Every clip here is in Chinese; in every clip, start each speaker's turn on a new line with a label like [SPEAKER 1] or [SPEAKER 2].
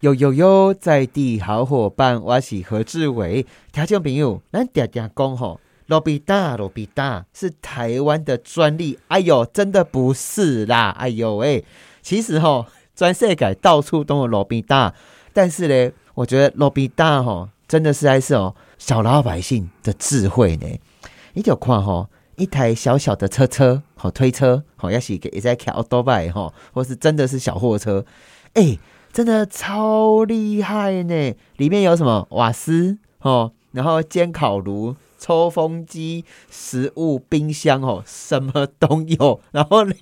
[SPEAKER 1] 哟哟哟，在地好伙伴，我是何志伟。听众朋友，咱常常讲吼，罗比达，罗比达是台湾的专利。哎呦，真的不是啦！哎呦喂、其实吼，专世界到处都有罗比达，但是呢，我觉得罗比达吼，真的是还是哦小老百姓的智慧呢。你就看吼、一台小小的车车，好、推车，好、要是给也在开奥多拜吼，或是真的是小货车，哎、真的超厉害呢！里面有什么瓦斯哦，然后煎烤炉、抽风机、食物冰箱哦，什么都有。 然后呢，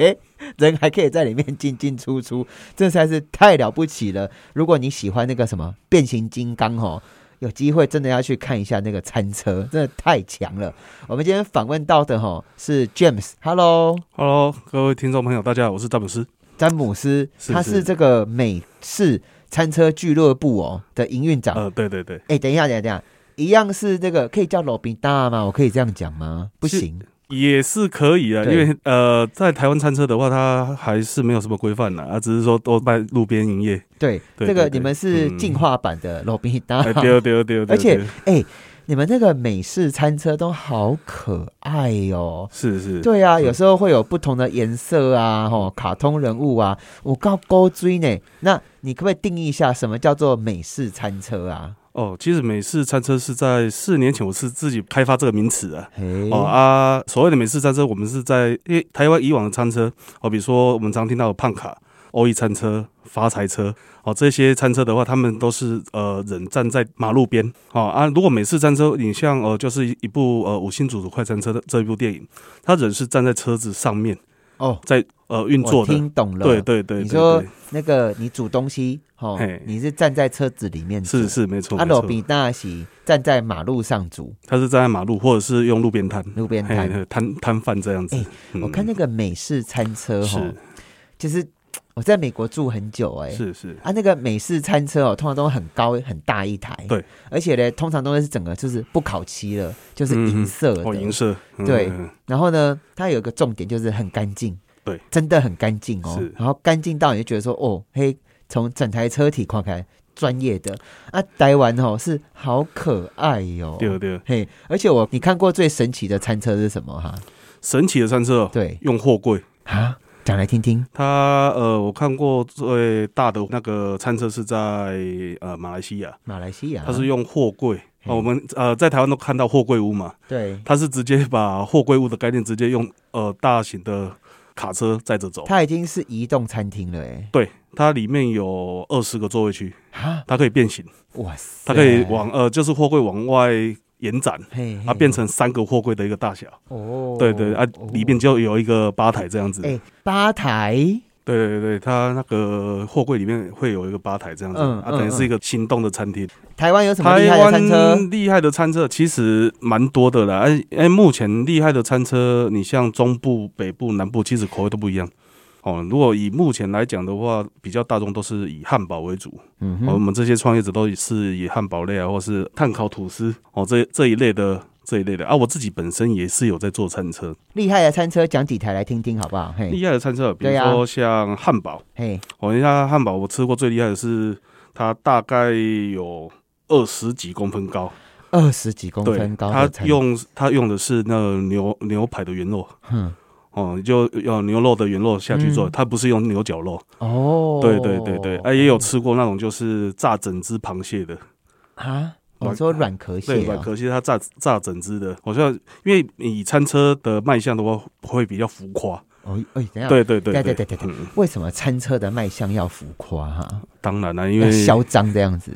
[SPEAKER 1] 人还可以在里面进进出出，这实在是太了不起了。如果你喜欢那个什么变形金刚哦。有机会真的要去看一下那个餐车，真的太强了。我们今天访问到的哈是 James，Hello，
[SPEAKER 2] Hello，各位听众朋友，大家好，我是詹姆斯。
[SPEAKER 1] 詹姆斯，
[SPEAKER 2] 是
[SPEAKER 1] 他
[SPEAKER 2] 是
[SPEAKER 1] 是这个美式餐车俱乐部哦的营运长。
[SPEAKER 2] 呃，对对对，
[SPEAKER 1] 哎、等一下，等一下，等一下，一样是这个可以叫老兵大吗？我可以这样讲吗？不
[SPEAKER 2] 是
[SPEAKER 1] 行，
[SPEAKER 2] 也是可以啊，因
[SPEAKER 1] 对
[SPEAKER 2] 为呃，在台湾餐车的话，它还是没有什么规范的啊，只是说都在路边 营业。
[SPEAKER 1] 对，
[SPEAKER 2] 对
[SPEAKER 1] 这个
[SPEAKER 2] 对对
[SPEAKER 1] 你们是
[SPEAKER 2] 嗯
[SPEAKER 1] 进化版的老兵大。
[SPEAKER 2] 哎，对对对对，
[SPEAKER 1] 而且
[SPEAKER 2] 对
[SPEAKER 1] 你们那个美式餐车都好可爱哦。
[SPEAKER 2] 是是，
[SPEAKER 1] 对啊，有时候会有不同的颜色啊，吼，卡通人物啊，我告勾追呢。那你可不可以定义一下什么叫做美式餐车啊？
[SPEAKER 2] 哦，其实美式餐车是在四年前我是自己开发这个名词啊。
[SPEAKER 1] 嘿，
[SPEAKER 2] 哦啊，所谓的美式餐车，我们是在因为台湾以往的餐车，哦，比如说我们常听到的胖卡、欧一餐车、发财车，哦，这些餐车的话，他们都是呃人站在马路边，哦啊，如果美式餐车，你像呃就是一部呃五星主厨快餐车的这一部电影，他人是站在车子上面
[SPEAKER 1] 哦，
[SPEAKER 2] 在呃运作
[SPEAKER 1] 我
[SPEAKER 2] 的，
[SPEAKER 1] 听懂了。
[SPEAKER 2] 对对对
[SPEAKER 1] 你
[SPEAKER 2] 对
[SPEAKER 1] 说
[SPEAKER 2] 对，
[SPEAKER 1] 那个你煮东西，哦
[SPEAKER 2] 嘿，
[SPEAKER 1] 你是站在车子里面煮，
[SPEAKER 2] 是是没错
[SPEAKER 1] 阿
[SPEAKER 2] 没
[SPEAKER 1] 罗
[SPEAKER 2] 错，
[SPEAKER 1] 比大喜站在马路上煮
[SPEAKER 2] 他是站在马路或者是用路边摊。
[SPEAKER 1] 路边
[SPEAKER 2] 嘿
[SPEAKER 1] 摊。
[SPEAKER 2] 嘿摊摊贩这样子
[SPEAKER 1] 哎，
[SPEAKER 2] 嗯
[SPEAKER 1] 我看那个美式餐车哈，
[SPEAKER 2] 是
[SPEAKER 1] 就是我在美国住很久哎、
[SPEAKER 2] 是是，
[SPEAKER 1] 啊，那个美式餐车哦，通常都很高很大一台，
[SPEAKER 2] 对，
[SPEAKER 1] 而且呢，通常都是整个就是不烤漆了，就是银色的，
[SPEAKER 2] 哦，银色，嗯
[SPEAKER 1] 对
[SPEAKER 2] 嗯嗯
[SPEAKER 1] 然后呢，它有一个重点就是很干净，
[SPEAKER 2] 对，
[SPEAKER 1] 真的很干净哦
[SPEAKER 2] 是。
[SPEAKER 1] 然后干净到你就觉得说，哦，嘿，从整台车体看开，专业的啊，台湾哦是好可爱哟、
[SPEAKER 2] 对对，
[SPEAKER 1] 嘿，而且我你看过最神奇的餐车是什么哈？
[SPEAKER 2] 神奇的餐车哦，
[SPEAKER 1] 对
[SPEAKER 2] 用货柜。
[SPEAKER 1] 啊，讲来听听。
[SPEAKER 2] 它呃，我看过最大的那个餐车是在呃马来西亚，
[SPEAKER 1] 马来西亚，
[SPEAKER 2] 它是用货柜。
[SPEAKER 1] 啊嗯
[SPEAKER 2] 啊、我们呃在台湾都看到货柜屋嘛，
[SPEAKER 1] 对，
[SPEAKER 2] 它是直接把货柜屋的概念直接用呃大型的卡车载着走。
[SPEAKER 1] 它已经是移动餐厅了哎，
[SPEAKER 2] 对，它里面有二十个座位区，
[SPEAKER 1] 啊，
[SPEAKER 2] 它可以变形，
[SPEAKER 1] 哇塞，
[SPEAKER 2] 它可以往呃就是货柜往外延展，
[SPEAKER 1] 嘿，嘿
[SPEAKER 2] 它变成三个货柜的一个大小。
[SPEAKER 1] 哦，
[SPEAKER 2] 对对啊
[SPEAKER 1] 哦，
[SPEAKER 2] 里面就有一个吧台这样子。
[SPEAKER 1] 哎吧台，
[SPEAKER 2] 对对对，它那个货柜里面会有一个吧台这样子，
[SPEAKER 1] 嗯
[SPEAKER 2] 啊，
[SPEAKER 1] 嗯
[SPEAKER 2] 等于是一个行动的餐厅。
[SPEAKER 1] 台湾有什么厉
[SPEAKER 2] 台
[SPEAKER 1] 害的餐车？
[SPEAKER 2] 湾厉害的餐车其实蛮多的啦，哎哎，目前厉害的餐车，你像中部、北部、南部，其实口味都不一样。哦，如果以目前来讲的话，比较大众都是以汉堡为主。
[SPEAKER 1] 嗯
[SPEAKER 2] 哦我
[SPEAKER 1] 哼，
[SPEAKER 2] 们这些创业者都是以汉堡类啊，或是碳烤吐司哦这这一类的这一类的啊。我自己本身也是有在做餐车，
[SPEAKER 1] 厉害的餐车讲几台来听听好不好？嘿，
[SPEAKER 2] 厉害的餐车，比如
[SPEAKER 1] 哎对啊
[SPEAKER 2] 说像汉堡，
[SPEAKER 1] 嘿，
[SPEAKER 2] 哦，人家汉堡我吃过最厉害的是，它大概有二十几公分高，
[SPEAKER 1] 二十几公
[SPEAKER 2] 对
[SPEAKER 1] 分，高
[SPEAKER 2] 它
[SPEAKER 1] 的餐，
[SPEAKER 2] 用它用的是那个牛牛排的原肉，
[SPEAKER 1] 哼，
[SPEAKER 2] 哦，就用牛肉的原肉下去做，
[SPEAKER 1] 嗯
[SPEAKER 2] 它不是用牛角肉，
[SPEAKER 1] 哦，
[SPEAKER 2] 对对对对，啊，也有吃过那种就是炸整只螃蟹的，
[SPEAKER 1] 啊，
[SPEAKER 2] 软
[SPEAKER 1] 我说软壳
[SPEAKER 2] 对
[SPEAKER 1] 蟹
[SPEAKER 2] 吧？
[SPEAKER 1] 啊，
[SPEAKER 2] 可惜它炸炸整只的，好像因为以餐车的卖相的话会比较浮夸，
[SPEAKER 1] 哦，哎，等一下，
[SPEAKER 2] 对对对
[SPEAKER 1] 对
[SPEAKER 2] 对
[SPEAKER 1] 对对对对
[SPEAKER 2] 嗯
[SPEAKER 1] 为什么餐车的卖相要浮夸哈？
[SPEAKER 2] 当然啦，因
[SPEAKER 1] 要
[SPEAKER 2] 为
[SPEAKER 1] 嚣张这样子，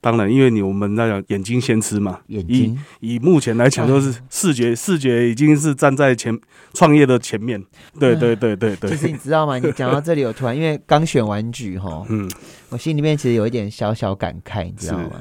[SPEAKER 2] 当然因为你我们那样眼睛先吃嘛，
[SPEAKER 1] 眼
[SPEAKER 2] 一
[SPEAKER 1] 睛
[SPEAKER 2] 以目前来讲，
[SPEAKER 1] 嗯
[SPEAKER 2] 就是视觉，视觉已经是站在前创业的前面。对
[SPEAKER 1] 嗯
[SPEAKER 2] 对对对
[SPEAKER 1] 其实
[SPEAKER 2] 对，
[SPEAKER 1] 你知道吗？你讲到这里，我突然因为刚选完局哈，
[SPEAKER 2] 嗯，
[SPEAKER 1] 我心里面其实有一点小小感慨，你知道
[SPEAKER 2] 是
[SPEAKER 1] 吗？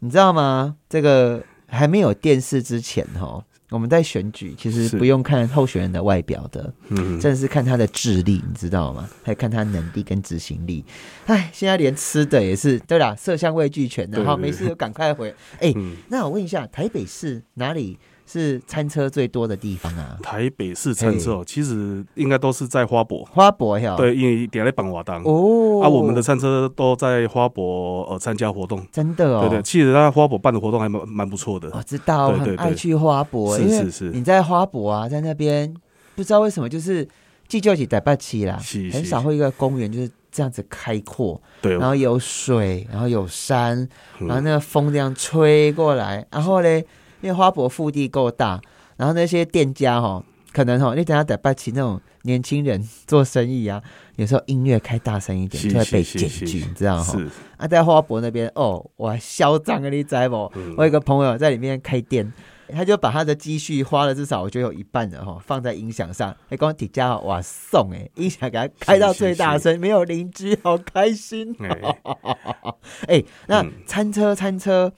[SPEAKER 1] 你知道吗？这个还没有电视之前哈，我们在选举其实
[SPEAKER 2] 是
[SPEAKER 1] 不用看候选人的外表的，
[SPEAKER 2] 嗯，
[SPEAKER 1] 真的是看他的智力，你知道吗？还看他能力跟执行力。哎，现在连吃的也是，对啦，色香味俱全的。
[SPEAKER 2] 对
[SPEAKER 1] 好，
[SPEAKER 2] 对
[SPEAKER 1] 没事就赶快回。哎、
[SPEAKER 2] 嗯
[SPEAKER 1] 那我问一下，台北市哪里是餐车最多的地方啊。
[SPEAKER 2] 台北市餐车哦，其实应该都是在花博，
[SPEAKER 1] 花博哟，
[SPEAKER 2] 对，因为点在板瓦当。
[SPEAKER 1] 啊哦，
[SPEAKER 2] 啊，我们的餐车都在花博呃参加活动，
[SPEAKER 1] 真的哦，
[SPEAKER 2] 对对，其实他花博办的活动还蛮蛮不错的，
[SPEAKER 1] 我知道，我
[SPEAKER 2] 对
[SPEAKER 1] 很
[SPEAKER 2] 对
[SPEAKER 1] 爱
[SPEAKER 2] 对
[SPEAKER 1] 去花博，
[SPEAKER 2] 是
[SPEAKER 1] 因为
[SPEAKER 2] 是是
[SPEAKER 1] 你在花博啊，在那边不知道为什么就是既就起台北起啦，
[SPEAKER 2] 是
[SPEAKER 1] 很
[SPEAKER 2] 是
[SPEAKER 1] 少会有一个公园就是这样子开阔，
[SPEAKER 2] 对，哦
[SPEAKER 1] 然后有水，然后有山，
[SPEAKER 2] 嗯
[SPEAKER 1] 然后那个风这样吹过来，然后嘞，因为花博腹地够大，然后那些店家哈，可能哈，你等下台北起那种年轻人做生意啊，有时候音乐开大声一点
[SPEAKER 2] 是
[SPEAKER 1] 就会被
[SPEAKER 2] 是
[SPEAKER 1] 检
[SPEAKER 2] 是
[SPEAKER 1] 举
[SPEAKER 2] 是，
[SPEAKER 1] 这样哈。
[SPEAKER 2] 是，
[SPEAKER 1] 啊，在花博那边哦，我嚣张啊，你知不？
[SPEAKER 2] 嗯
[SPEAKER 1] 我有一个朋友在里面开店，他就把他的积蓄花了至少我觉得有一半的哈，放在音响上。哎，光底价哇送哎，音响给他开到最大声，没有邻居，好开 心。
[SPEAKER 2] 哎
[SPEAKER 1] 哎，那
[SPEAKER 2] 嗯
[SPEAKER 1] 餐车餐车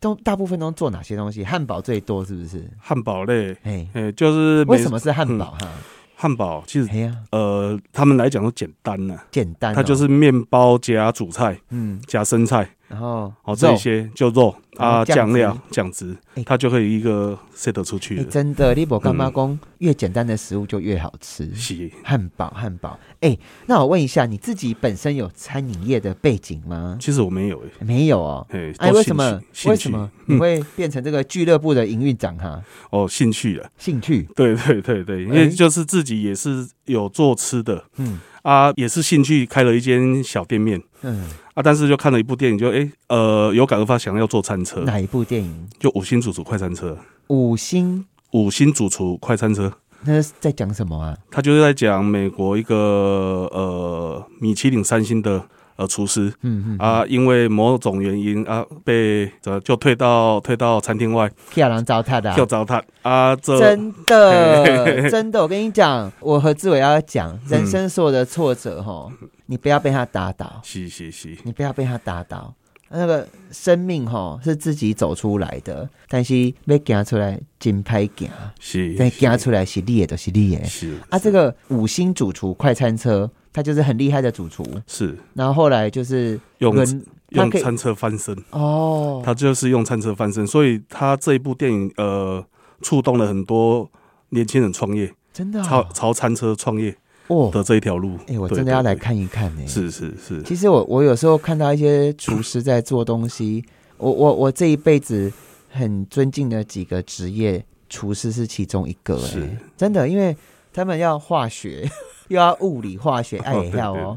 [SPEAKER 1] 都大部分都做哪些东西？汉堡最多是不是？
[SPEAKER 2] 汉堡类，
[SPEAKER 1] 哎，
[SPEAKER 2] 哎，就是嗯每
[SPEAKER 1] 为什么是汉堡哈？
[SPEAKER 2] 汉堡其实
[SPEAKER 1] 哎呀，
[SPEAKER 2] 呃，他们来讲都简单呢，
[SPEAKER 1] 简单哦，
[SPEAKER 2] 它就是面包加主菜
[SPEAKER 1] 嗯，
[SPEAKER 2] 加生菜，
[SPEAKER 1] 然后
[SPEAKER 2] 哦，这
[SPEAKER 1] 肉
[SPEAKER 2] 一些就肉
[SPEAKER 1] 然后
[SPEAKER 2] 啊，
[SPEAKER 1] 酱
[SPEAKER 2] 酱
[SPEAKER 1] 汁
[SPEAKER 2] 料、酱汁
[SPEAKER 1] 哎，
[SPEAKER 2] 它就可以一个 set 出去
[SPEAKER 1] 哎
[SPEAKER 2] 了。
[SPEAKER 1] 真的，利伯干
[SPEAKER 2] 嗯
[SPEAKER 1] 妈公越简单的食物就越好吃。
[SPEAKER 2] 是，
[SPEAKER 1] 汉堡，汉堡。哎、那我问一下，你自己本身有餐饮业的背景吗？
[SPEAKER 2] 其实我没有诶，
[SPEAKER 1] 没有哦。
[SPEAKER 2] 哎，
[SPEAKER 1] 哎，
[SPEAKER 2] 都
[SPEAKER 1] 为
[SPEAKER 2] 兴
[SPEAKER 1] 什么
[SPEAKER 2] 趣？兴
[SPEAKER 1] 为
[SPEAKER 2] 趣嗯
[SPEAKER 1] 什么你会变成这个俱乐部的营运长哈、
[SPEAKER 2] 哦，兴趣啊，
[SPEAKER 1] 兴趣，
[SPEAKER 2] 对对对对，因
[SPEAKER 1] 哎
[SPEAKER 2] 为就是自己也是有做吃的
[SPEAKER 1] 嗯
[SPEAKER 2] 啊，也是兴趣开了一间小店面
[SPEAKER 1] 嗯，
[SPEAKER 2] 啊，但是就看了一部电影，就哎、呃有感而发，想要做餐车，
[SPEAKER 1] 哪一部电影？
[SPEAKER 2] 就五星主厨快餐车，
[SPEAKER 1] 五星？
[SPEAKER 2] 五星主厨快餐车，
[SPEAKER 1] 那是在讲什么啊？
[SPEAKER 2] 他就是在讲美国一个呃米其林三星的呃厨师，
[SPEAKER 1] 嗯嗯，
[SPEAKER 2] 啊，因为某种原因啊，被呃就退到退到餐厅外，
[SPEAKER 1] 漂亮糟蹋的、
[SPEAKER 2] 就
[SPEAKER 1] 啊。
[SPEAKER 2] 糟蹋啊，这
[SPEAKER 1] 真的， 真的，我跟你讲，我和志伟要讲，
[SPEAKER 2] 嗯
[SPEAKER 1] 人生所有的挫折，哈、你不要被他打倒，
[SPEAKER 2] 是是是，
[SPEAKER 1] 你不要被他打倒。那个生命吼是自己走出来的，但是要行出来真歹行，
[SPEAKER 2] 是
[SPEAKER 1] 但行出来是你的，就是你的。
[SPEAKER 2] 是
[SPEAKER 1] 啊，这个五星主厨快餐车，他就是很厉害的主厨，
[SPEAKER 2] 是
[SPEAKER 1] 然后后来就是
[SPEAKER 2] 用
[SPEAKER 1] 轮他
[SPEAKER 2] 用
[SPEAKER 1] 可以
[SPEAKER 2] 餐车翻身，
[SPEAKER 1] 哦，
[SPEAKER 2] 他就是用餐车翻身，所以他这一部电影呃触动了很多年轻人创业，
[SPEAKER 1] 真的
[SPEAKER 2] 朝
[SPEAKER 1] 哦
[SPEAKER 2] 朝餐车创业
[SPEAKER 1] 哦，
[SPEAKER 2] 的这一条路。
[SPEAKER 1] 哎，我
[SPEAKER 2] 对
[SPEAKER 1] 真的要来。
[SPEAKER 2] 对
[SPEAKER 1] 看一看呢、
[SPEAKER 2] 对是是是，
[SPEAKER 1] 其实我我有时候看到一些厨师在做东西， 我我我这一辈子很尊敬的几个职业，厨师是其中一个、
[SPEAKER 2] 是
[SPEAKER 1] 哎，真的，因为他们要化学， 又要物理化学，哎也
[SPEAKER 2] 对
[SPEAKER 1] 要哦，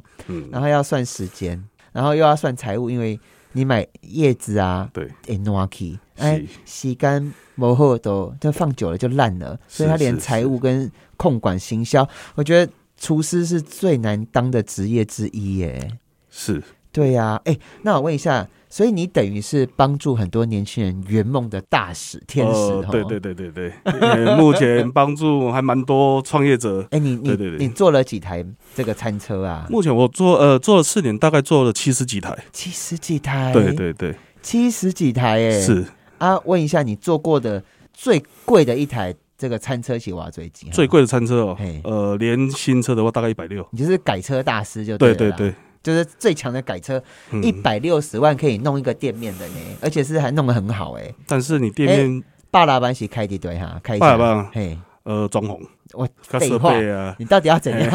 [SPEAKER 1] 然
[SPEAKER 2] 嗯，
[SPEAKER 1] 后要算时间，然后又要算财务，因为你买叶子啊，
[SPEAKER 2] 对，
[SPEAKER 1] 哎 n o k 哎
[SPEAKER 2] 是，
[SPEAKER 1] 洗干磨后都就放久了就烂了，所以他
[SPEAKER 2] 是
[SPEAKER 1] 连
[SPEAKER 2] 是
[SPEAKER 1] 财
[SPEAKER 2] 是
[SPEAKER 1] 务跟控管行销，我觉得厨师是最难当的职业之一耶、
[SPEAKER 2] 是
[SPEAKER 1] 对呀、哎、那我问一下，所以你等于是帮助很多年轻人圆梦的大使天使、
[SPEAKER 2] 呃
[SPEAKER 1] 哦，
[SPEAKER 2] 对对。对对对，呃目前帮助还蛮多创业者
[SPEAKER 1] 哎、你你
[SPEAKER 2] 对对对
[SPEAKER 1] 你做了几台这个餐车啊？
[SPEAKER 2] 目前我做呃做了四年，大概做了七十几台。
[SPEAKER 1] 七十几台，
[SPEAKER 2] 对，对对，
[SPEAKER 1] 七十几台哎、
[SPEAKER 2] 是
[SPEAKER 1] 啊，问一下你做过的最贵的一台这个餐车洗娃最近
[SPEAKER 2] 最，贵的餐车哦
[SPEAKER 1] 嘿。
[SPEAKER 2] 呃，连新车的话大概一百六。
[SPEAKER 1] 你就是改车大师就
[SPEAKER 2] 对
[SPEAKER 1] 对
[SPEAKER 2] 对
[SPEAKER 1] 了啦，
[SPEAKER 2] 对，
[SPEAKER 1] 就是最强的改车，
[SPEAKER 2] 嗯
[SPEAKER 1] 一百六十万可以弄一个店面的呢，而且是还弄得很好哎、
[SPEAKER 2] 但是你店面
[SPEAKER 1] 巴拉班洗开一堆哈，开一
[SPEAKER 2] 爸
[SPEAKER 1] 下，
[SPEAKER 2] 爸
[SPEAKER 1] 嘿，
[SPEAKER 2] 呃装潢、
[SPEAKER 1] 我
[SPEAKER 2] 跟
[SPEAKER 1] 废
[SPEAKER 2] 设
[SPEAKER 1] 话
[SPEAKER 2] 备 啊，
[SPEAKER 1] 你到底要怎 样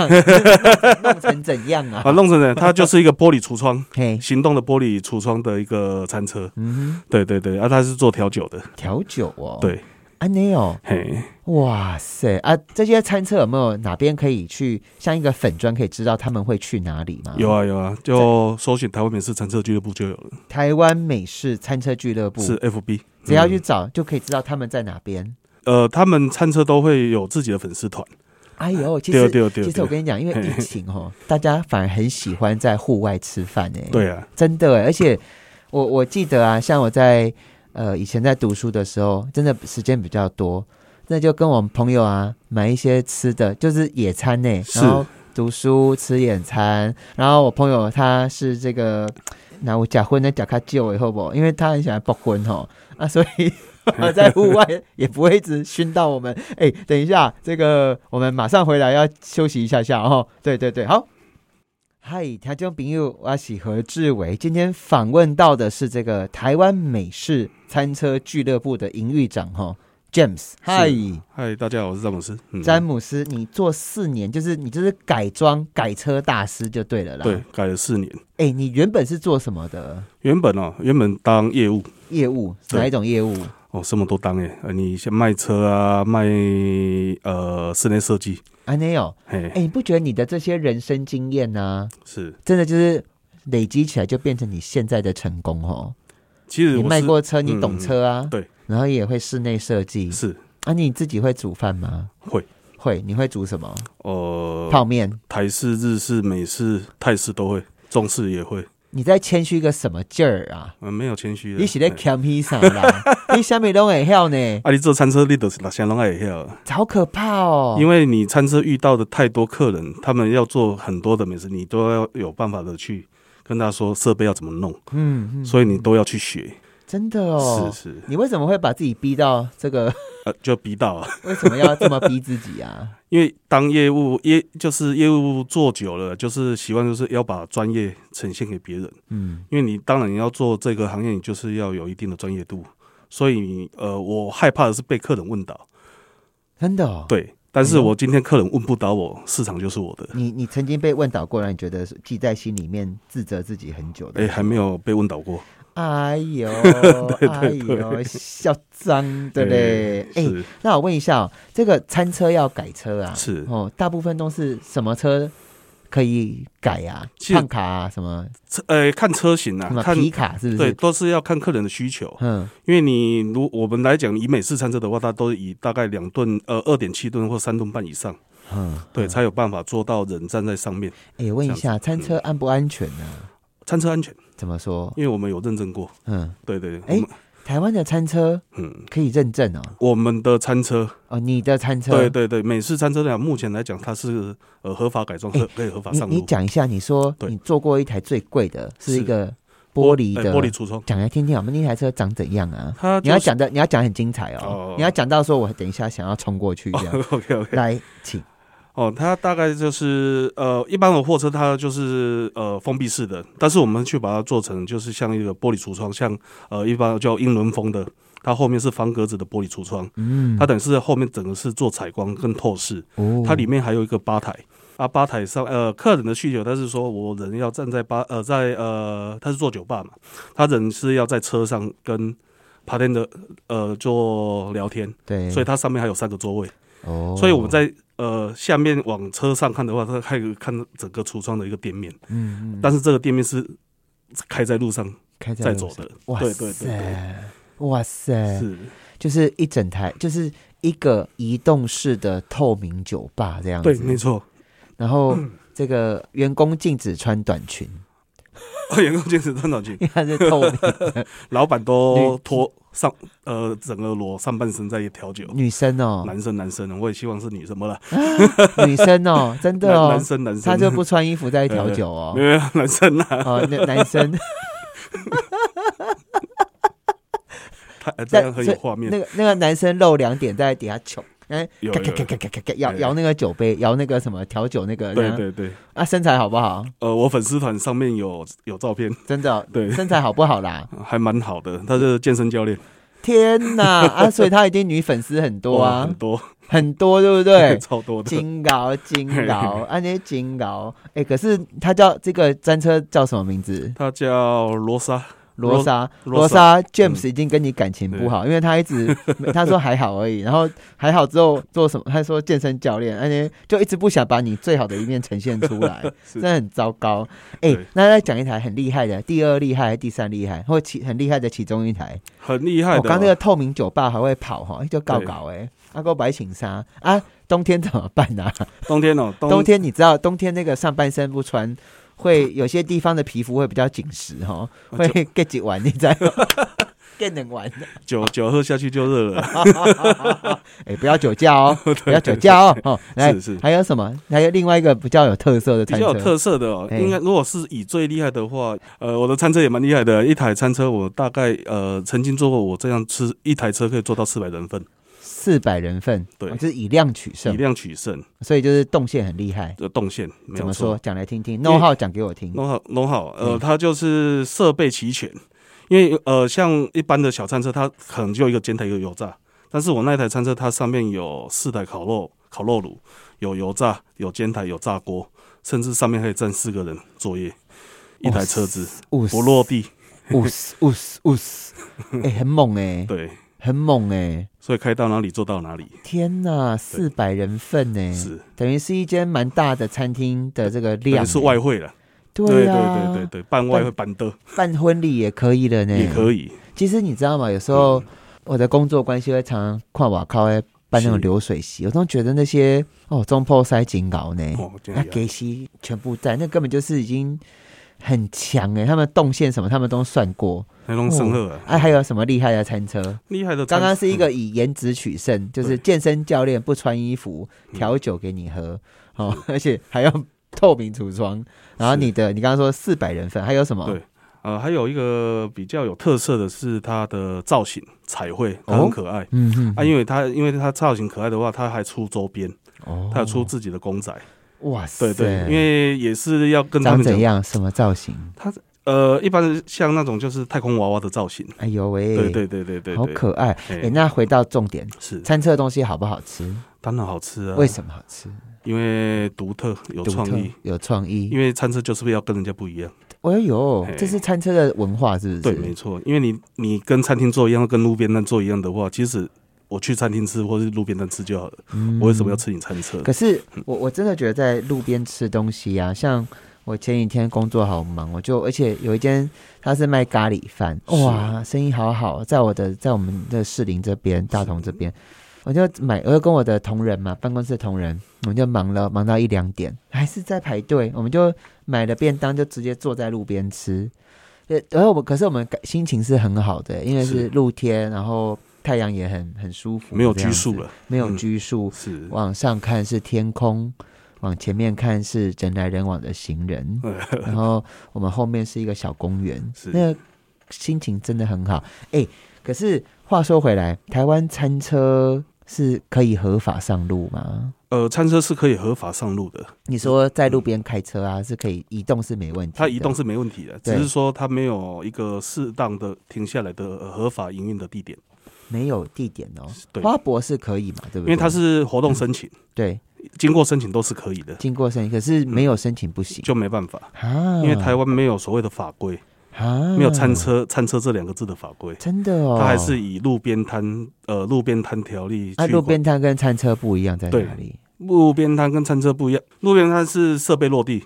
[SPEAKER 1] 弄成怎样
[SPEAKER 2] 啊
[SPEAKER 1] 啊？
[SPEAKER 2] 弄成 了它就是一个玻璃橱窗，
[SPEAKER 1] 嘿，
[SPEAKER 2] 行动的玻璃橱窗的一个餐车。
[SPEAKER 1] 哎嗯
[SPEAKER 2] 对对对，啊，它是做调酒的
[SPEAKER 1] 哼，。调酒哦，，
[SPEAKER 2] 对，
[SPEAKER 1] 安内哦，
[SPEAKER 2] 嘿，
[SPEAKER 1] 哇塞啊！这些餐车有没有哪边可以去，像一个粉砖可以知道他们会去哪里吗？
[SPEAKER 2] 有啊有啊，就搜寻台湾美式餐车俱乐部就有了，
[SPEAKER 1] 台湾美式餐车俱乐部，
[SPEAKER 2] 是 FB。
[SPEAKER 1] 只要去
[SPEAKER 2] 嗯
[SPEAKER 1] 找就可以知道他们在哪边。
[SPEAKER 2] 呃，他们餐车都会有自己的粉丝团。
[SPEAKER 1] 哎呦，其
[SPEAKER 2] 对哦
[SPEAKER 1] 实
[SPEAKER 2] 对对
[SPEAKER 1] 其实我
[SPEAKER 2] 对，
[SPEAKER 1] 跟你讲，因为疫情哦，大家反而很喜欢在户外吃饭哎，
[SPEAKER 2] 对啊，
[SPEAKER 1] 真的欸，而且我我记得啊，像我在呃以前在读书的时候，真的时间比较多，那就跟我们朋友啊买一些吃的，就是野餐呢、
[SPEAKER 2] 是
[SPEAKER 1] 然后读书吃野餐，然后我朋友他是这个，那我假婚呢假卡旧以后不，因为他很喜欢爆婚吼 啊，所 以。在户外也不会一直熏到我们。 哎、等一下，这个我们马上回来，要休息一下下哦。对对对，好，嗨，听众朋友，啊我是何志伟。今天访问到的是这个台湾美式餐车俱乐部的营运长哈、哦 James，嗨，
[SPEAKER 2] 嗨，大家好，我是詹姆斯。嗯
[SPEAKER 1] 詹姆斯，你做四年，就是你就是改装改车大师就对了啦。
[SPEAKER 2] 对，，改了四年。
[SPEAKER 1] 哎，你原本是做什么的
[SPEAKER 2] 原本哦，原本当业务
[SPEAKER 1] 业务？
[SPEAKER 2] 对
[SPEAKER 1] 哪一种业务？
[SPEAKER 2] 哦，什么都当哎、呃，你像卖车啊，卖呃室内设计，
[SPEAKER 1] 安内哦，
[SPEAKER 2] 嘿，
[SPEAKER 1] 哎，你不觉得你的这些人生经验呢、
[SPEAKER 2] 是。
[SPEAKER 1] 真的就是累积起来就变成你现在的成功哦？
[SPEAKER 2] 其实
[SPEAKER 1] 你
[SPEAKER 2] 我
[SPEAKER 1] 卖
[SPEAKER 2] 是
[SPEAKER 1] 过车，你
[SPEAKER 2] 嗯
[SPEAKER 1] 懂车啊？
[SPEAKER 2] 对，
[SPEAKER 1] 然后也会室内设计。
[SPEAKER 2] 是
[SPEAKER 1] 啊，你自己会煮饭吗？
[SPEAKER 2] 会
[SPEAKER 1] 会，你会煮什么？
[SPEAKER 2] 呃
[SPEAKER 1] 泡面。
[SPEAKER 2] 台式、日式、美式、泰式都会，中式也会。
[SPEAKER 1] 你在谦虚个什么劲儿啊？
[SPEAKER 2] 嗯，没有谦虚的。
[SPEAKER 1] 你是在
[SPEAKER 2] 嘿
[SPEAKER 1] 谦虚啥 啦？你虾米拢会晓呢？
[SPEAKER 2] 啊，你做餐车你都是哪些拢爱会晓的？
[SPEAKER 1] 好可怕哦！
[SPEAKER 2] 因
[SPEAKER 1] 为
[SPEAKER 2] 为你餐车遇到的太多客人，他们要做很多的美食，你都要有办法的去跟他说设备要怎么弄，
[SPEAKER 1] 嗯，嗯
[SPEAKER 2] 所以你都要去学。
[SPEAKER 1] 真的哦。
[SPEAKER 2] 是是，
[SPEAKER 1] 你为什么会把自己逼到这个？
[SPEAKER 2] 呃，就逼到啊，
[SPEAKER 1] 为什么要这么逼自己啊？
[SPEAKER 2] 因为当业务业就是业务做久了，就是习惯就是要把专业呈现给别人。
[SPEAKER 1] 嗯，
[SPEAKER 2] 因为你当然你要做这个行业，你就是要有一定的专业度，所以你呃，我害怕的是被客人问倒，
[SPEAKER 1] 真的哦。，
[SPEAKER 2] 对。但是我今天客人问不倒我，市场就是我的。
[SPEAKER 1] 你你曾经被问倒过，让你觉得是记在心里面，自责自己很久
[SPEAKER 2] 哎、
[SPEAKER 1] 的。
[SPEAKER 2] 还没有被问倒过，
[SPEAKER 1] 哎呦，哎
[SPEAKER 2] 对对
[SPEAKER 1] 呦，嚣张的嘞！哎、
[SPEAKER 2] 是
[SPEAKER 1] 那我问一下、哦，这个餐车要改车啊？
[SPEAKER 2] 是
[SPEAKER 1] 哦，大部分都是什么车可以改啊？
[SPEAKER 2] 其实
[SPEAKER 1] 胖卡啊，什么
[SPEAKER 2] 车呃，看车型
[SPEAKER 1] 什
[SPEAKER 2] 啊，
[SPEAKER 1] 么
[SPEAKER 2] 看
[SPEAKER 1] 皮卡是不
[SPEAKER 2] 对，
[SPEAKER 1] 是？
[SPEAKER 2] 都是要看客人的需求。
[SPEAKER 1] 嗯，
[SPEAKER 2] 因为你如我们来讲，以美式餐车的话，它都以大概两吨呃二点七吨或三吨半以上，
[SPEAKER 1] 嗯，
[SPEAKER 2] 对，才有办法做到人站在上面。
[SPEAKER 1] 哎，问一下，餐车安不安全呢、
[SPEAKER 2] 餐车安全，
[SPEAKER 1] 怎么说？
[SPEAKER 2] 因为我们有认证过，
[SPEAKER 1] 嗯，
[SPEAKER 2] 对对
[SPEAKER 1] 哎
[SPEAKER 2] 对，我们
[SPEAKER 1] 台湾的餐车
[SPEAKER 2] 嗯，
[SPEAKER 1] 可以认证哦。
[SPEAKER 2] 我们的餐车，
[SPEAKER 1] 哦，你的餐车，
[SPEAKER 2] 对对对，美式餐车来讲，目前来讲它是呃合法改装，可可以合法
[SPEAKER 1] 你
[SPEAKER 2] 上
[SPEAKER 1] 你
[SPEAKER 2] 路，
[SPEAKER 1] 讲一下，你说
[SPEAKER 2] 对
[SPEAKER 1] 你坐过一台最贵的，是
[SPEAKER 2] 是
[SPEAKER 1] 一个玻璃
[SPEAKER 2] 哎
[SPEAKER 1] 的，
[SPEAKER 2] 玻璃橱窗，
[SPEAKER 1] 讲来听听，我们那台车长怎样啊？
[SPEAKER 2] 它
[SPEAKER 1] 你要讲的，你要讲很精彩哦。
[SPEAKER 2] 哦
[SPEAKER 1] 你要讲到说，我等一下想要冲过去这样。
[SPEAKER 2] OK OK
[SPEAKER 1] 来，请。
[SPEAKER 2] 哦，它大概就是呃，一般的货车它就是呃封闭式的，但是我们去把它做成就是像一个玻璃橱窗，像呃一般叫英伦风的，它后面是方格子的玻璃橱窗，
[SPEAKER 1] 嗯
[SPEAKER 2] 它等于是后面整个是做采光跟透视，
[SPEAKER 1] 哦
[SPEAKER 2] 它里面还有一个吧台。啊，吧台上，呃，客人的需求，他是说我人要站在吧，呃，在呃，他是做酒吧嘛，他人是要在车上跟旁边的呃做聊天，
[SPEAKER 1] 对，
[SPEAKER 2] 所以它上面还有三个座位。
[SPEAKER 1] 嗯哦，
[SPEAKER 2] 所以我们在呃下面往车上看的话，它还有看整个橱窗的一个店面，
[SPEAKER 1] 嗯嗯
[SPEAKER 2] 但是这个店面是开在路上
[SPEAKER 1] 开在
[SPEAKER 2] 在
[SPEAKER 1] 路
[SPEAKER 2] 走
[SPEAKER 1] 上，
[SPEAKER 2] 的，
[SPEAKER 1] 哇
[SPEAKER 2] 对对对
[SPEAKER 1] 塞，哇塞，
[SPEAKER 2] 是
[SPEAKER 1] 就是一整台，就是一个移动式的透明酒吧这样子，
[SPEAKER 2] 对，没。错。
[SPEAKER 1] 然后这个员工禁止穿短裙，
[SPEAKER 2] 员工兼职穿短裙
[SPEAKER 1] 因，为它是 透明，
[SPEAKER 2] 老板
[SPEAKER 1] 女
[SPEAKER 2] 都脱上呃整个裸上半身在调酒，
[SPEAKER 1] 女生哦，
[SPEAKER 2] 男生男生，我也希望是女生不啦，
[SPEAKER 1] 女生哦，真的
[SPEAKER 2] 男
[SPEAKER 1] 哦
[SPEAKER 2] 男，生男生，
[SPEAKER 1] 她就不穿衣服在调酒
[SPEAKER 2] 没
[SPEAKER 1] 哦，
[SPEAKER 2] 有男 生啊，
[SPEAKER 1] 哦，那男 生
[SPEAKER 2] 他呃这
[SPEAKER 1] 在
[SPEAKER 2] 样很有画面
[SPEAKER 1] 那，个那个男生露两点在底下求，哎，
[SPEAKER 2] 有
[SPEAKER 1] 咔
[SPEAKER 2] 有
[SPEAKER 1] 咔咔
[SPEAKER 2] 有，
[SPEAKER 1] 咔咔咔咔，摇
[SPEAKER 2] 哎
[SPEAKER 1] 摇那个酒杯，摇那个什么调酒那个，
[SPEAKER 2] 对对对，
[SPEAKER 1] 啊，身材好不好？
[SPEAKER 2] 呃，我粉丝团上面有有照片，
[SPEAKER 1] 真的哦
[SPEAKER 2] 对
[SPEAKER 1] 身材好不好啦？
[SPEAKER 2] 还蛮好的，他是健身教练，
[SPEAKER 1] 天哪啊！所以他一定女粉丝很多
[SPEAKER 2] 哇
[SPEAKER 1] 啊
[SPEAKER 2] 很，多，
[SPEAKER 1] 很多对不对？
[SPEAKER 2] 超多的，
[SPEAKER 1] 金鳌金鳌，啊，那金鳌，哎，可是他叫这个战车叫什么名字？
[SPEAKER 2] 他叫罗莎，
[SPEAKER 1] 罗莎，
[SPEAKER 2] 罗
[SPEAKER 1] 罗莎，James
[SPEAKER 2] 嗯
[SPEAKER 1] 已经跟你感情不好，因为他一 直他说还好而已，然后还好之后做什么？他说健身教练，而且就一直不想把你最好的一面呈现出来，
[SPEAKER 2] 是
[SPEAKER 1] 真的很糟糕。哎
[SPEAKER 2] 对，
[SPEAKER 1] 那再讲一台很厉害的，第二厉害，第三厉害，或其很厉害的其中一台，
[SPEAKER 2] 很厉害
[SPEAKER 1] 我
[SPEAKER 2] 的。哦
[SPEAKER 1] 刚那个透明酒吧还会跑哈，就搞
[SPEAKER 2] 对
[SPEAKER 1] 搞哎，阿哥白请沙啊，冬天怎么办啊？
[SPEAKER 2] 冬天哦，冬
[SPEAKER 1] 冬天你知道，冬天那个上半身不穿，会有些地方的皮肤会比较紧实哈，
[SPEAKER 2] 啊
[SPEAKER 1] 会 get 几完，你知 道吗？get 能玩
[SPEAKER 2] 酒酒喝下去就热 了。
[SPEAKER 1] 的， 哎，不要酒驾 哦，不要酒驾哦，哦，来
[SPEAKER 2] 是，是
[SPEAKER 1] 还有什么？还有另外一个比较有特色的
[SPEAKER 2] 比
[SPEAKER 1] 餐
[SPEAKER 2] 较有
[SPEAKER 1] 车，
[SPEAKER 2] 特色的哦，
[SPEAKER 1] 哎
[SPEAKER 2] 应该如果是以最厉害的话，呃，我的餐车也蛮厉害的，一台餐车我大概呃曾经做过，我这样吃一台车可以做到四百人份，
[SPEAKER 1] 四百人份，
[SPEAKER 2] 对
[SPEAKER 1] 哦就是以量取
[SPEAKER 2] 以
[SPEAKER 1] 胜，
[SPEAKER 2] 量取胜
[SPEAKER 1] 所以就是动线很厉害。
[SPEAKER 2] 的动线，没
[SPEAKER 1] 怎
[SPEAKER 2] 有
[SPEAKER 1] 么
[SPEAKER 2] 错
[SPEAKER 1] 说？。讲来听听
[SPEAKER 2] 为
[SPEAKER 1] ，No 号讲给我听。
[SPEAKER 2] 弄好弄好，呃，
[SPEAKER 1] 嗯
[SPEAKER 2] 它就是设备齐全，因为呃像一般的小餐车，它可能就一个煎台一个油炸，但是我那一台餐车它上面有四台烤肉烤肉炉，有油炸，有煎台，有炸锅，甚至上面可以站四个人作业，一台车子
[SPEAKER 1] 五
[SPEAKER 2] 不落地。
[SPEAKER 1] 五十五十五 十，哎，很猛哎、
[SPEAKER 2] 对，
[SPEAKER 1] 很猛哎、
[SPEAKER 2] 所以开到哪里做到哪里。
[SPEAKER 1] 天呐，四百人份哎呢、
[SPEAKER 2] 是，
[SPEAKER 1] 等于是一间蛮大的餐厅的这个
[SPEAKER 2] 等
[SPEAKER 1] 量、欸
[SPEAKER 2] 于是外汇了，
[SPEAKER 1] 对啊，
[SPEAKER 2] 对对对对，办外汇办的
[SPEAKER 1] 办婚礼也可以了呢、
[SPEAKER 2] 也可以，
[SPEAKER 1] 其实你知道吗？有时候
[SPEAKER 2] 嗯
[SPEAKER 1] 我的工作关系会常常跨瓦靠哎办那种
[SPEAKER 2] 是
[SPEAKER 1] 流水席，我都觉得那些哦中破塞紧搞呢，
[SPEAKER 2] 哦，这
[SPEAKER 1] 那
[SPEAKER 2] 样
[SPEAKER 1] 啊给息全部在，那根本就是已经很强哎，他们动线什么他们都算过。
[SPEAKER 2] 黑龙圣赫
[SPEAKER 1] 哎、啊，还有什么厉害的餐车？
[SPEAKER 2] 厉害的餐，
[SPEAKER 1] 刚刚是一个以颜值取胜，就是
[SPEAKER 2] 嗯对嗯
[SPEAKER 1] 健身教练不穿衣服调酒给你喝，哦， 而且还要透明橱窗。然后
[SPEAKER 2] 是
[SPEAKER 1] 你的，你刚刚说四百人份，还有什么？
[SPEAKER 2] 对呃，还有一个比较有特色的是它的造型彩绘，它很可爱。
[SPEAKER 1] 嗯哼，
[SPEAKER 2] 啊，因为它因为它造型可爱的话，它还出周边，
[SPEAKER 1] 哦
[SPEAKER 2] 它有出自己的公仔，
[SPEAKER 1] 哇塞，
[SPEAKER 2] 对对，因为也是要跟他
[SPEAKER 1] 长
[SPEAKER 2] 们
[SPEAKER 1] 怎
[SPEAKER 2] 讲，
[SPEAKER 1] 样，什么造型？
[SPEAKER 2] 呃，一般像那种就是太空娃娃的造型，
[SPEAKER 1] 哎呦喂，
[SPEAKER 2] 对对对对对
[SPEAKER 1] 好
[SPEAKER 2] 对，
[SPEAKER 1] 可爱。
[SPEAKER 2] 哎
[SPEAKER 1] 哎，那回到重点，
[SPEAKER 2] 是
[SPEAKER 1] 餐车的东西好不好吃？
[SPEAKER 2] 当然好吃啊，
[SPEAKER 1] 为什么好吃？
[SPEAKER 2] 因为独特有
[SPEAKER 1] 独
[SPEAKER 2] 创
[SPEAKER 1] 特
[SPEAKER 2] 意，，
[SPEAKER 1] 有创意
[SPEAKER 2] 因。为餐车就是要跟人家不一样。
[SPEAKER 1] 哎呦
[SPEAKER 2] 嘿，
[SPEAKER 1] 这是餐车的文化，是不是？
[SPEAKER 2] 对，没错，因为你你跟餐厅做一样，跟路边摊做一样的话，其实我去餐厅吃或是路边摊吃就好了，
[SPEAKER 1] 嗯
[SPEAKER 2] 我为什么要吃你餐车？
[SPEAKER 1] 可是
[SPEAKER 2] 嗯
[SPEAKER 1] 我我真的觉得在路边吃东西啊，像我前几天工作好忙，我就而且有一间他是卖咖喱饭，
[SPEAKER 2] 是
[SPEAKER 1] 哇，生意好好，在我的在我们的士林这边大同这边，我就买，我就跟我的同仁嘛，办公室的同仁，我们就忙了忙到一两点，还是在排队，我们就买了便当就直接坐在路边吃。呃，然后我可是我们感心情是很好的，因为是
[SPEAKER 2] 是
[SPEAKER 1] 露天，然后太阳也很很舒服，
[SPEAKER 2] 没有
[SPEAKER 1] 这样
[SPEAKER 2] 拘束
[SPEAKER 1] 子，
[SPEAKER 2] 了，
[SPEAKER 1] 没有
[SPEAKER 2] 嗯
[SPEAKER 1] 拘束，
[SPEAKER 2] 是，
[SPEAKER 1] 往上看是天空，往前面看是人来人往的行人然后我们后面是一个小公园，
[SPEAKER 2] 嗯是
[SPEAKER 1] 那个心情真的很好。哎、可是话说回来，台湾餐车是可以合法上路吗？
[SPEAKER 2] 呃，餐车是可以合法上路的，
[SPEAKER 1] 你说在路边开车啊，是可以移动是没问题的，
[SPEAKER 2] 它移动是没问题的，
[SPEAKER 1] 对
[SPEAKER 2] 只是说它没有一个适当的停下来的呃合法营运的地点，
[SPEAKER 1] 没有地点哦。
[SPEAKER 2] 对，
[SPEAKER 1] 花博是可以嘛？对不对？
[SPEAKER 2] 因为它是活动申请，
[SPEAKER 1] 对
[SPEAKER 2] 经过申请都是可以的，
[SPEAKER 1] 经过申请，可是没有申请不行、
[SPEAKER 2] 就没办法，
[SPEAKER 1] 啊，
[SPEAKER 2] 因为台湾没有所谓的法规，
[SPEAKER 1] 啊
[SPEAKER 2] 没有餐，车餐车这两个字的法规。
[SPEAKER 1] 真的哦，
[SPEAKER 2] 它还是以路边摊，呃，路边摊条例去
[SPEAKER 1] 那、
[SPEAKER 2] 管。
[SPEAKER 1] 啊路边摊跟餐车不一样在
[SPEAKER 2] 对
[SPEAKER 1] 哪里？
[SPEAKER 2] 路边摊跟餐车不一样，路边摊是设备落地，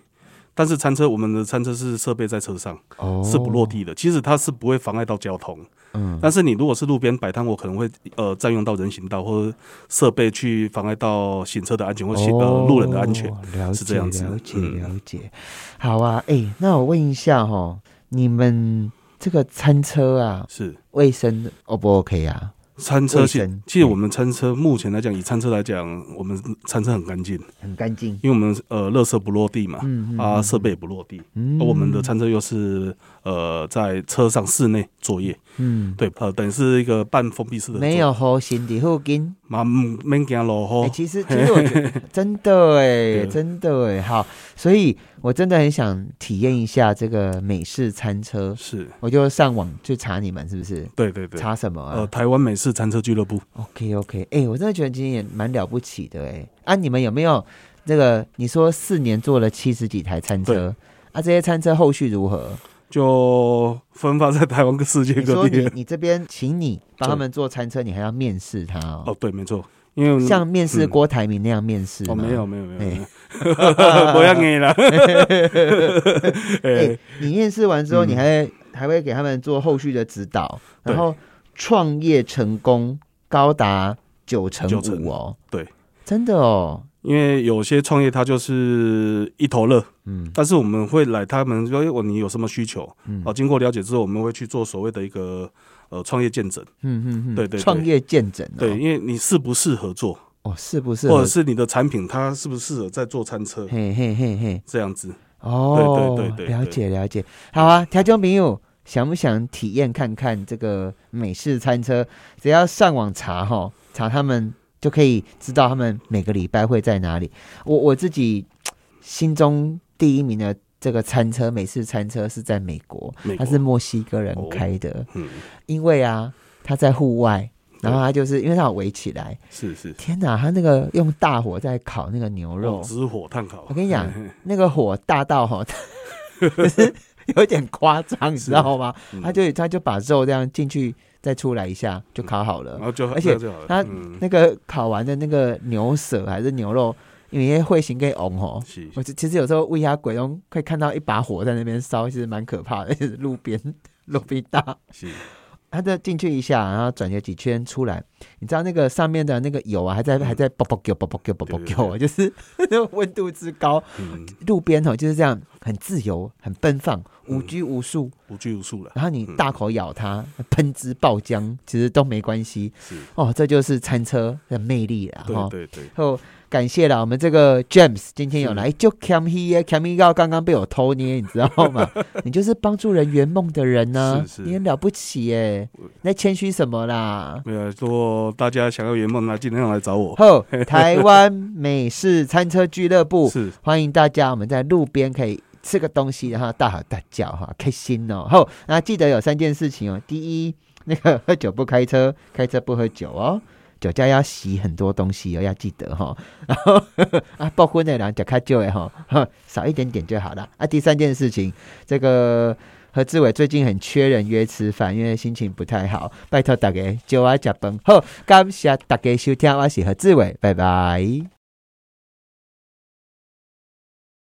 [SPEAKER 2] 但是餐车我们的餐车是设备在车上，
[SPEAKER 1] 哦
[SPEAKER 2] 是不落。地的。其实它是不会妨碍到交通，
[SPEAKER 1] 嗯，
[SPEAKER 2] 但是你如果是路边摆摊，我可能会呃占用到人行道或者设备去妨碍到行车的安全或行、
[SPEAKER 1] 哦
[SPEAKER 2] 呃路人的安全。，
[SPEAKER 1] 了
[SPEAKER 2] 是
[SPEAKER 1] 解
[SPEAKER 2] 这样子
[SPEAKER 1] 了解
[SPEAKER 2] 嗯
[SPEAKER 1] 了解。好啊，哎、那我问一下哦，你们这个餐车啊，
[SPEAKER 2] 是
[SPEAKER 1] 卫生 O 不 OK 啊？
[SPEAKER 2] 餐车，
[SPEAKER 1] 卫
[SPEAKER 2] 其
[SPEAKER 1] 生
[SPEAKER 2] 其实
[SPEAKER 1] 嗯
[SPEAKER 2] 我们餐车目前来讲，以餐车来讲，我们餐车很干净，
[SPEAKER 1] 很干净。
[SPEAKER 2] 因为我们呃垃圾不落地嘛，
[SPEAKER 1] 嗯嗯
[SPEAKER 2] 啊设备也不落地，
[SPEAKER 1] 嗯
[SPEAKER 2] 而我们的餐车又是呃在车上室内作业。
[SPEAKER 1] 嗯，
[SPEAKER 2] 对，呃，等于是一个半封闭式的，
[SPEAKER 1] 没有好心的后跟。
[SPEAKER 2] 嘛，嗯免惊
[SPEAKER 1] 哎、
[SPEAKER 2] 落雨，
[SPEAKER 1] 其实其实我 觉得真的哎、真的哎、好，所以我真的很想体验一下这个美式餐车，
[SPEAKER 2] 是，
[SPEAKER 1] 我就上网去查你们是不是？
[SPEAKER 2] 对对对，
[SPEAKER 1] 查什么啊？
[SPEAKER 2] 呃，台湾美式餐车俱乐部，
[SPEAKER 1] OK OK，哎、我真的觉得今天也蛮了不起的哎、啊，你们有没有这个？你说四年做了七十几台餐车，啊，这些餐车后续如何？
[SPEAKER 2] 就分发在台湾各世界
[SPEAKER 1] 你说
[SPEAKER 2] 各
[SPEAKER 1] 你
[SPEAKER 2] 地。
[SPEAKER 1] 你这边请你帮他们做餐车，你还要面试他哦，
[SPEAKER 2] 哦，对，没错，因为
[SPEAKER 1] 像面试
[SPEAKER 2] 嗯
[SPEAKER 1] 郭台铭那样面试吗、
[SPEAKER 2] 哦，没有没有没有没有，
[SPEAKER 1] 哎
[SPEAKER 2] 不要你了，
[SPEAKER 1] 哎、
[SPEAKER 2] 哎，
[SPEAKER 1] 你面试完之后，
[SPEAKER 2] 嗯
[SPEAKER 1] 你还会、还会给他们做后续的指导，
[SPEAKER 2] 对
[SPEAKER 1] 然后创业成功高达九成
[SPEAKER 2] 九成
[SPEAKER 1] 五哦，
[SPEAKER 2] 对，
[SPEAKER 1] 真的哦，
[SPEAKER 2] 因为有些创业他就是一头热，
[SPEAKER 1] 嗯
[SPEAKER 2] 但是我们会来他们说，哎，我你有什么需求？
[SPEAKER 1] 嗯
[SPEAKER 2] 哦，经过了解之后，我们会去做所谓的一个呃创业见证，
[SPEAKER 1] 嗯嗯嗯，
[SPEAKER 2] 对对对
[SPEAKER 1] 创业见证、哦，
[SPEAKER 2] 对，因为你适不适合做，
[SPEAKER 1] 哦，是不是？
[SPEAKER 2] 或者是你的产品它适不适合在做餐车
[SPEAKER 1] 嘿嘿嘿嘿，
[SPEAKER 2] 这样子。
[SPEAKER 1] 哦，
[SPEAKER 2] 对对对对
[SPEAKER 1] 了解了解。好啊，条中朋友，想不想体验看看这个美式餐车？只要上网查哈，查他们就可以知道他们每个礼拜会在哪里。我我自己心中第一名的这个餐车，美式餐车是在美国，
[SPEAKER 2] 美
[SPEAKER 1] 它
[SPEAKER 2] 国
[SPEAKER 1] 是墨西哥人
[SPEAKER 2] 哦
[SPEAKER 1] 开的，
[SPEAKER 2] 嗯
[SPEAKER 1] 因为啊，它在户外，然后他就是因为他有围起来，
[SPEAKER 2] 是是，
[SPEAKER 1] 天哪，他那个用大火在烤那个牛
[SPEAKER 2] 肉
[SPEAKER 1] 肉，
[SPEAKER 2] 直火炭烤。
[SPEAKER 1] 哦我跟你讲
[SPEAKER 2] 嘿嘿
[SPEAKER 1] 那个火大到哈，就是有点夸张，你知道吗？
[SPEAKER 2] 嗯
[SPEAKER 1] 他就他就把肉这样进去，再出来一下就烤好了
[SPEAKER 2] 然。后就
[SPEAKER 1] 而且
[SPEAKER 2] 那就好了
[SPEAKER 1] 他
[SPEAKER 2] 嗯
[SPEAKER 1] 那个烤完的那个牛舌还是牛肉，因为会形给红吼。
[SPEAKER 2] 是
[SPEAKER 1] 我其实有时候喂下鬼中会看到一把火在那边烧，其实蛮可怕的，就是路边路边大。
[SPEAKER 2] 是
[SPEAKER 1] 他就进去一下，然后转悠几圈出来，你知道那个上面的那个油啊，还在
[SPEAKER 2] 嗯
[SPEAKER 1] 还在啵啵叫啵啵叫啵啵
[SPEAKER 2] 对对
[SPEAKER 1] 叫，啊就是 那个温度之高，
[SPEAKER 2] 嗯
[SPEAKER 1] 路边哦就是这样，很自由，很奔放，无
[SPEAKER 2] 嗯
[SPEAKER 1] 拘无束。
[SPEAKER 2] 无拘无 束了，
[SPEAKER 1] 然后你大口咬它，喷汁爆浆，其实都没关系
[SPEAKER 2] 是
[SPEAKER 1] 哦。这就是餐车的魅力啦，哈
[SPEAKER 2] 对。对对，
[SPEAKER 1] 然后感谢了我们这个 James 今天有
[SPEAKER 2] 是
[SPEAKER 1] 来哎就 Cam He 耶，Cam He 到刚刚被我偷捏，你知道 吗？你就是帮助人圆梦的人呢、
[SPEAKER 2] 是是
[SPEAKER 1] 你很了不起耶
[SPEAKER 2] 我！
[SPEAKER 1] 那谦虚什么啦？
[SPEAKER 2] 没有，啊如果大家想要圆梦，那尽量来找我。
[SPEAKER 1] 后台湾美式餐车俱乐部，
[SPEAKER 2] 是
[SPEAKER 1] 欢迎大家，我们在路边可以吃个东西，然后大吼大叫哈，开心哦。后那记得有三件事情哦，第一， 那个喝酒不开车，开车不喝酒哦。酒驾要洗很多东西哦，要记得哈、哦。然后 啊，包括那两脚开酒的哈、哦，少一点点就好了。啊，第三件事情，这个何志伟最近很缺人约吃饭，因为心情不太好，啊拜托大家叫我吃饭。好，感谢大家收听，我是何志伟，拜拜。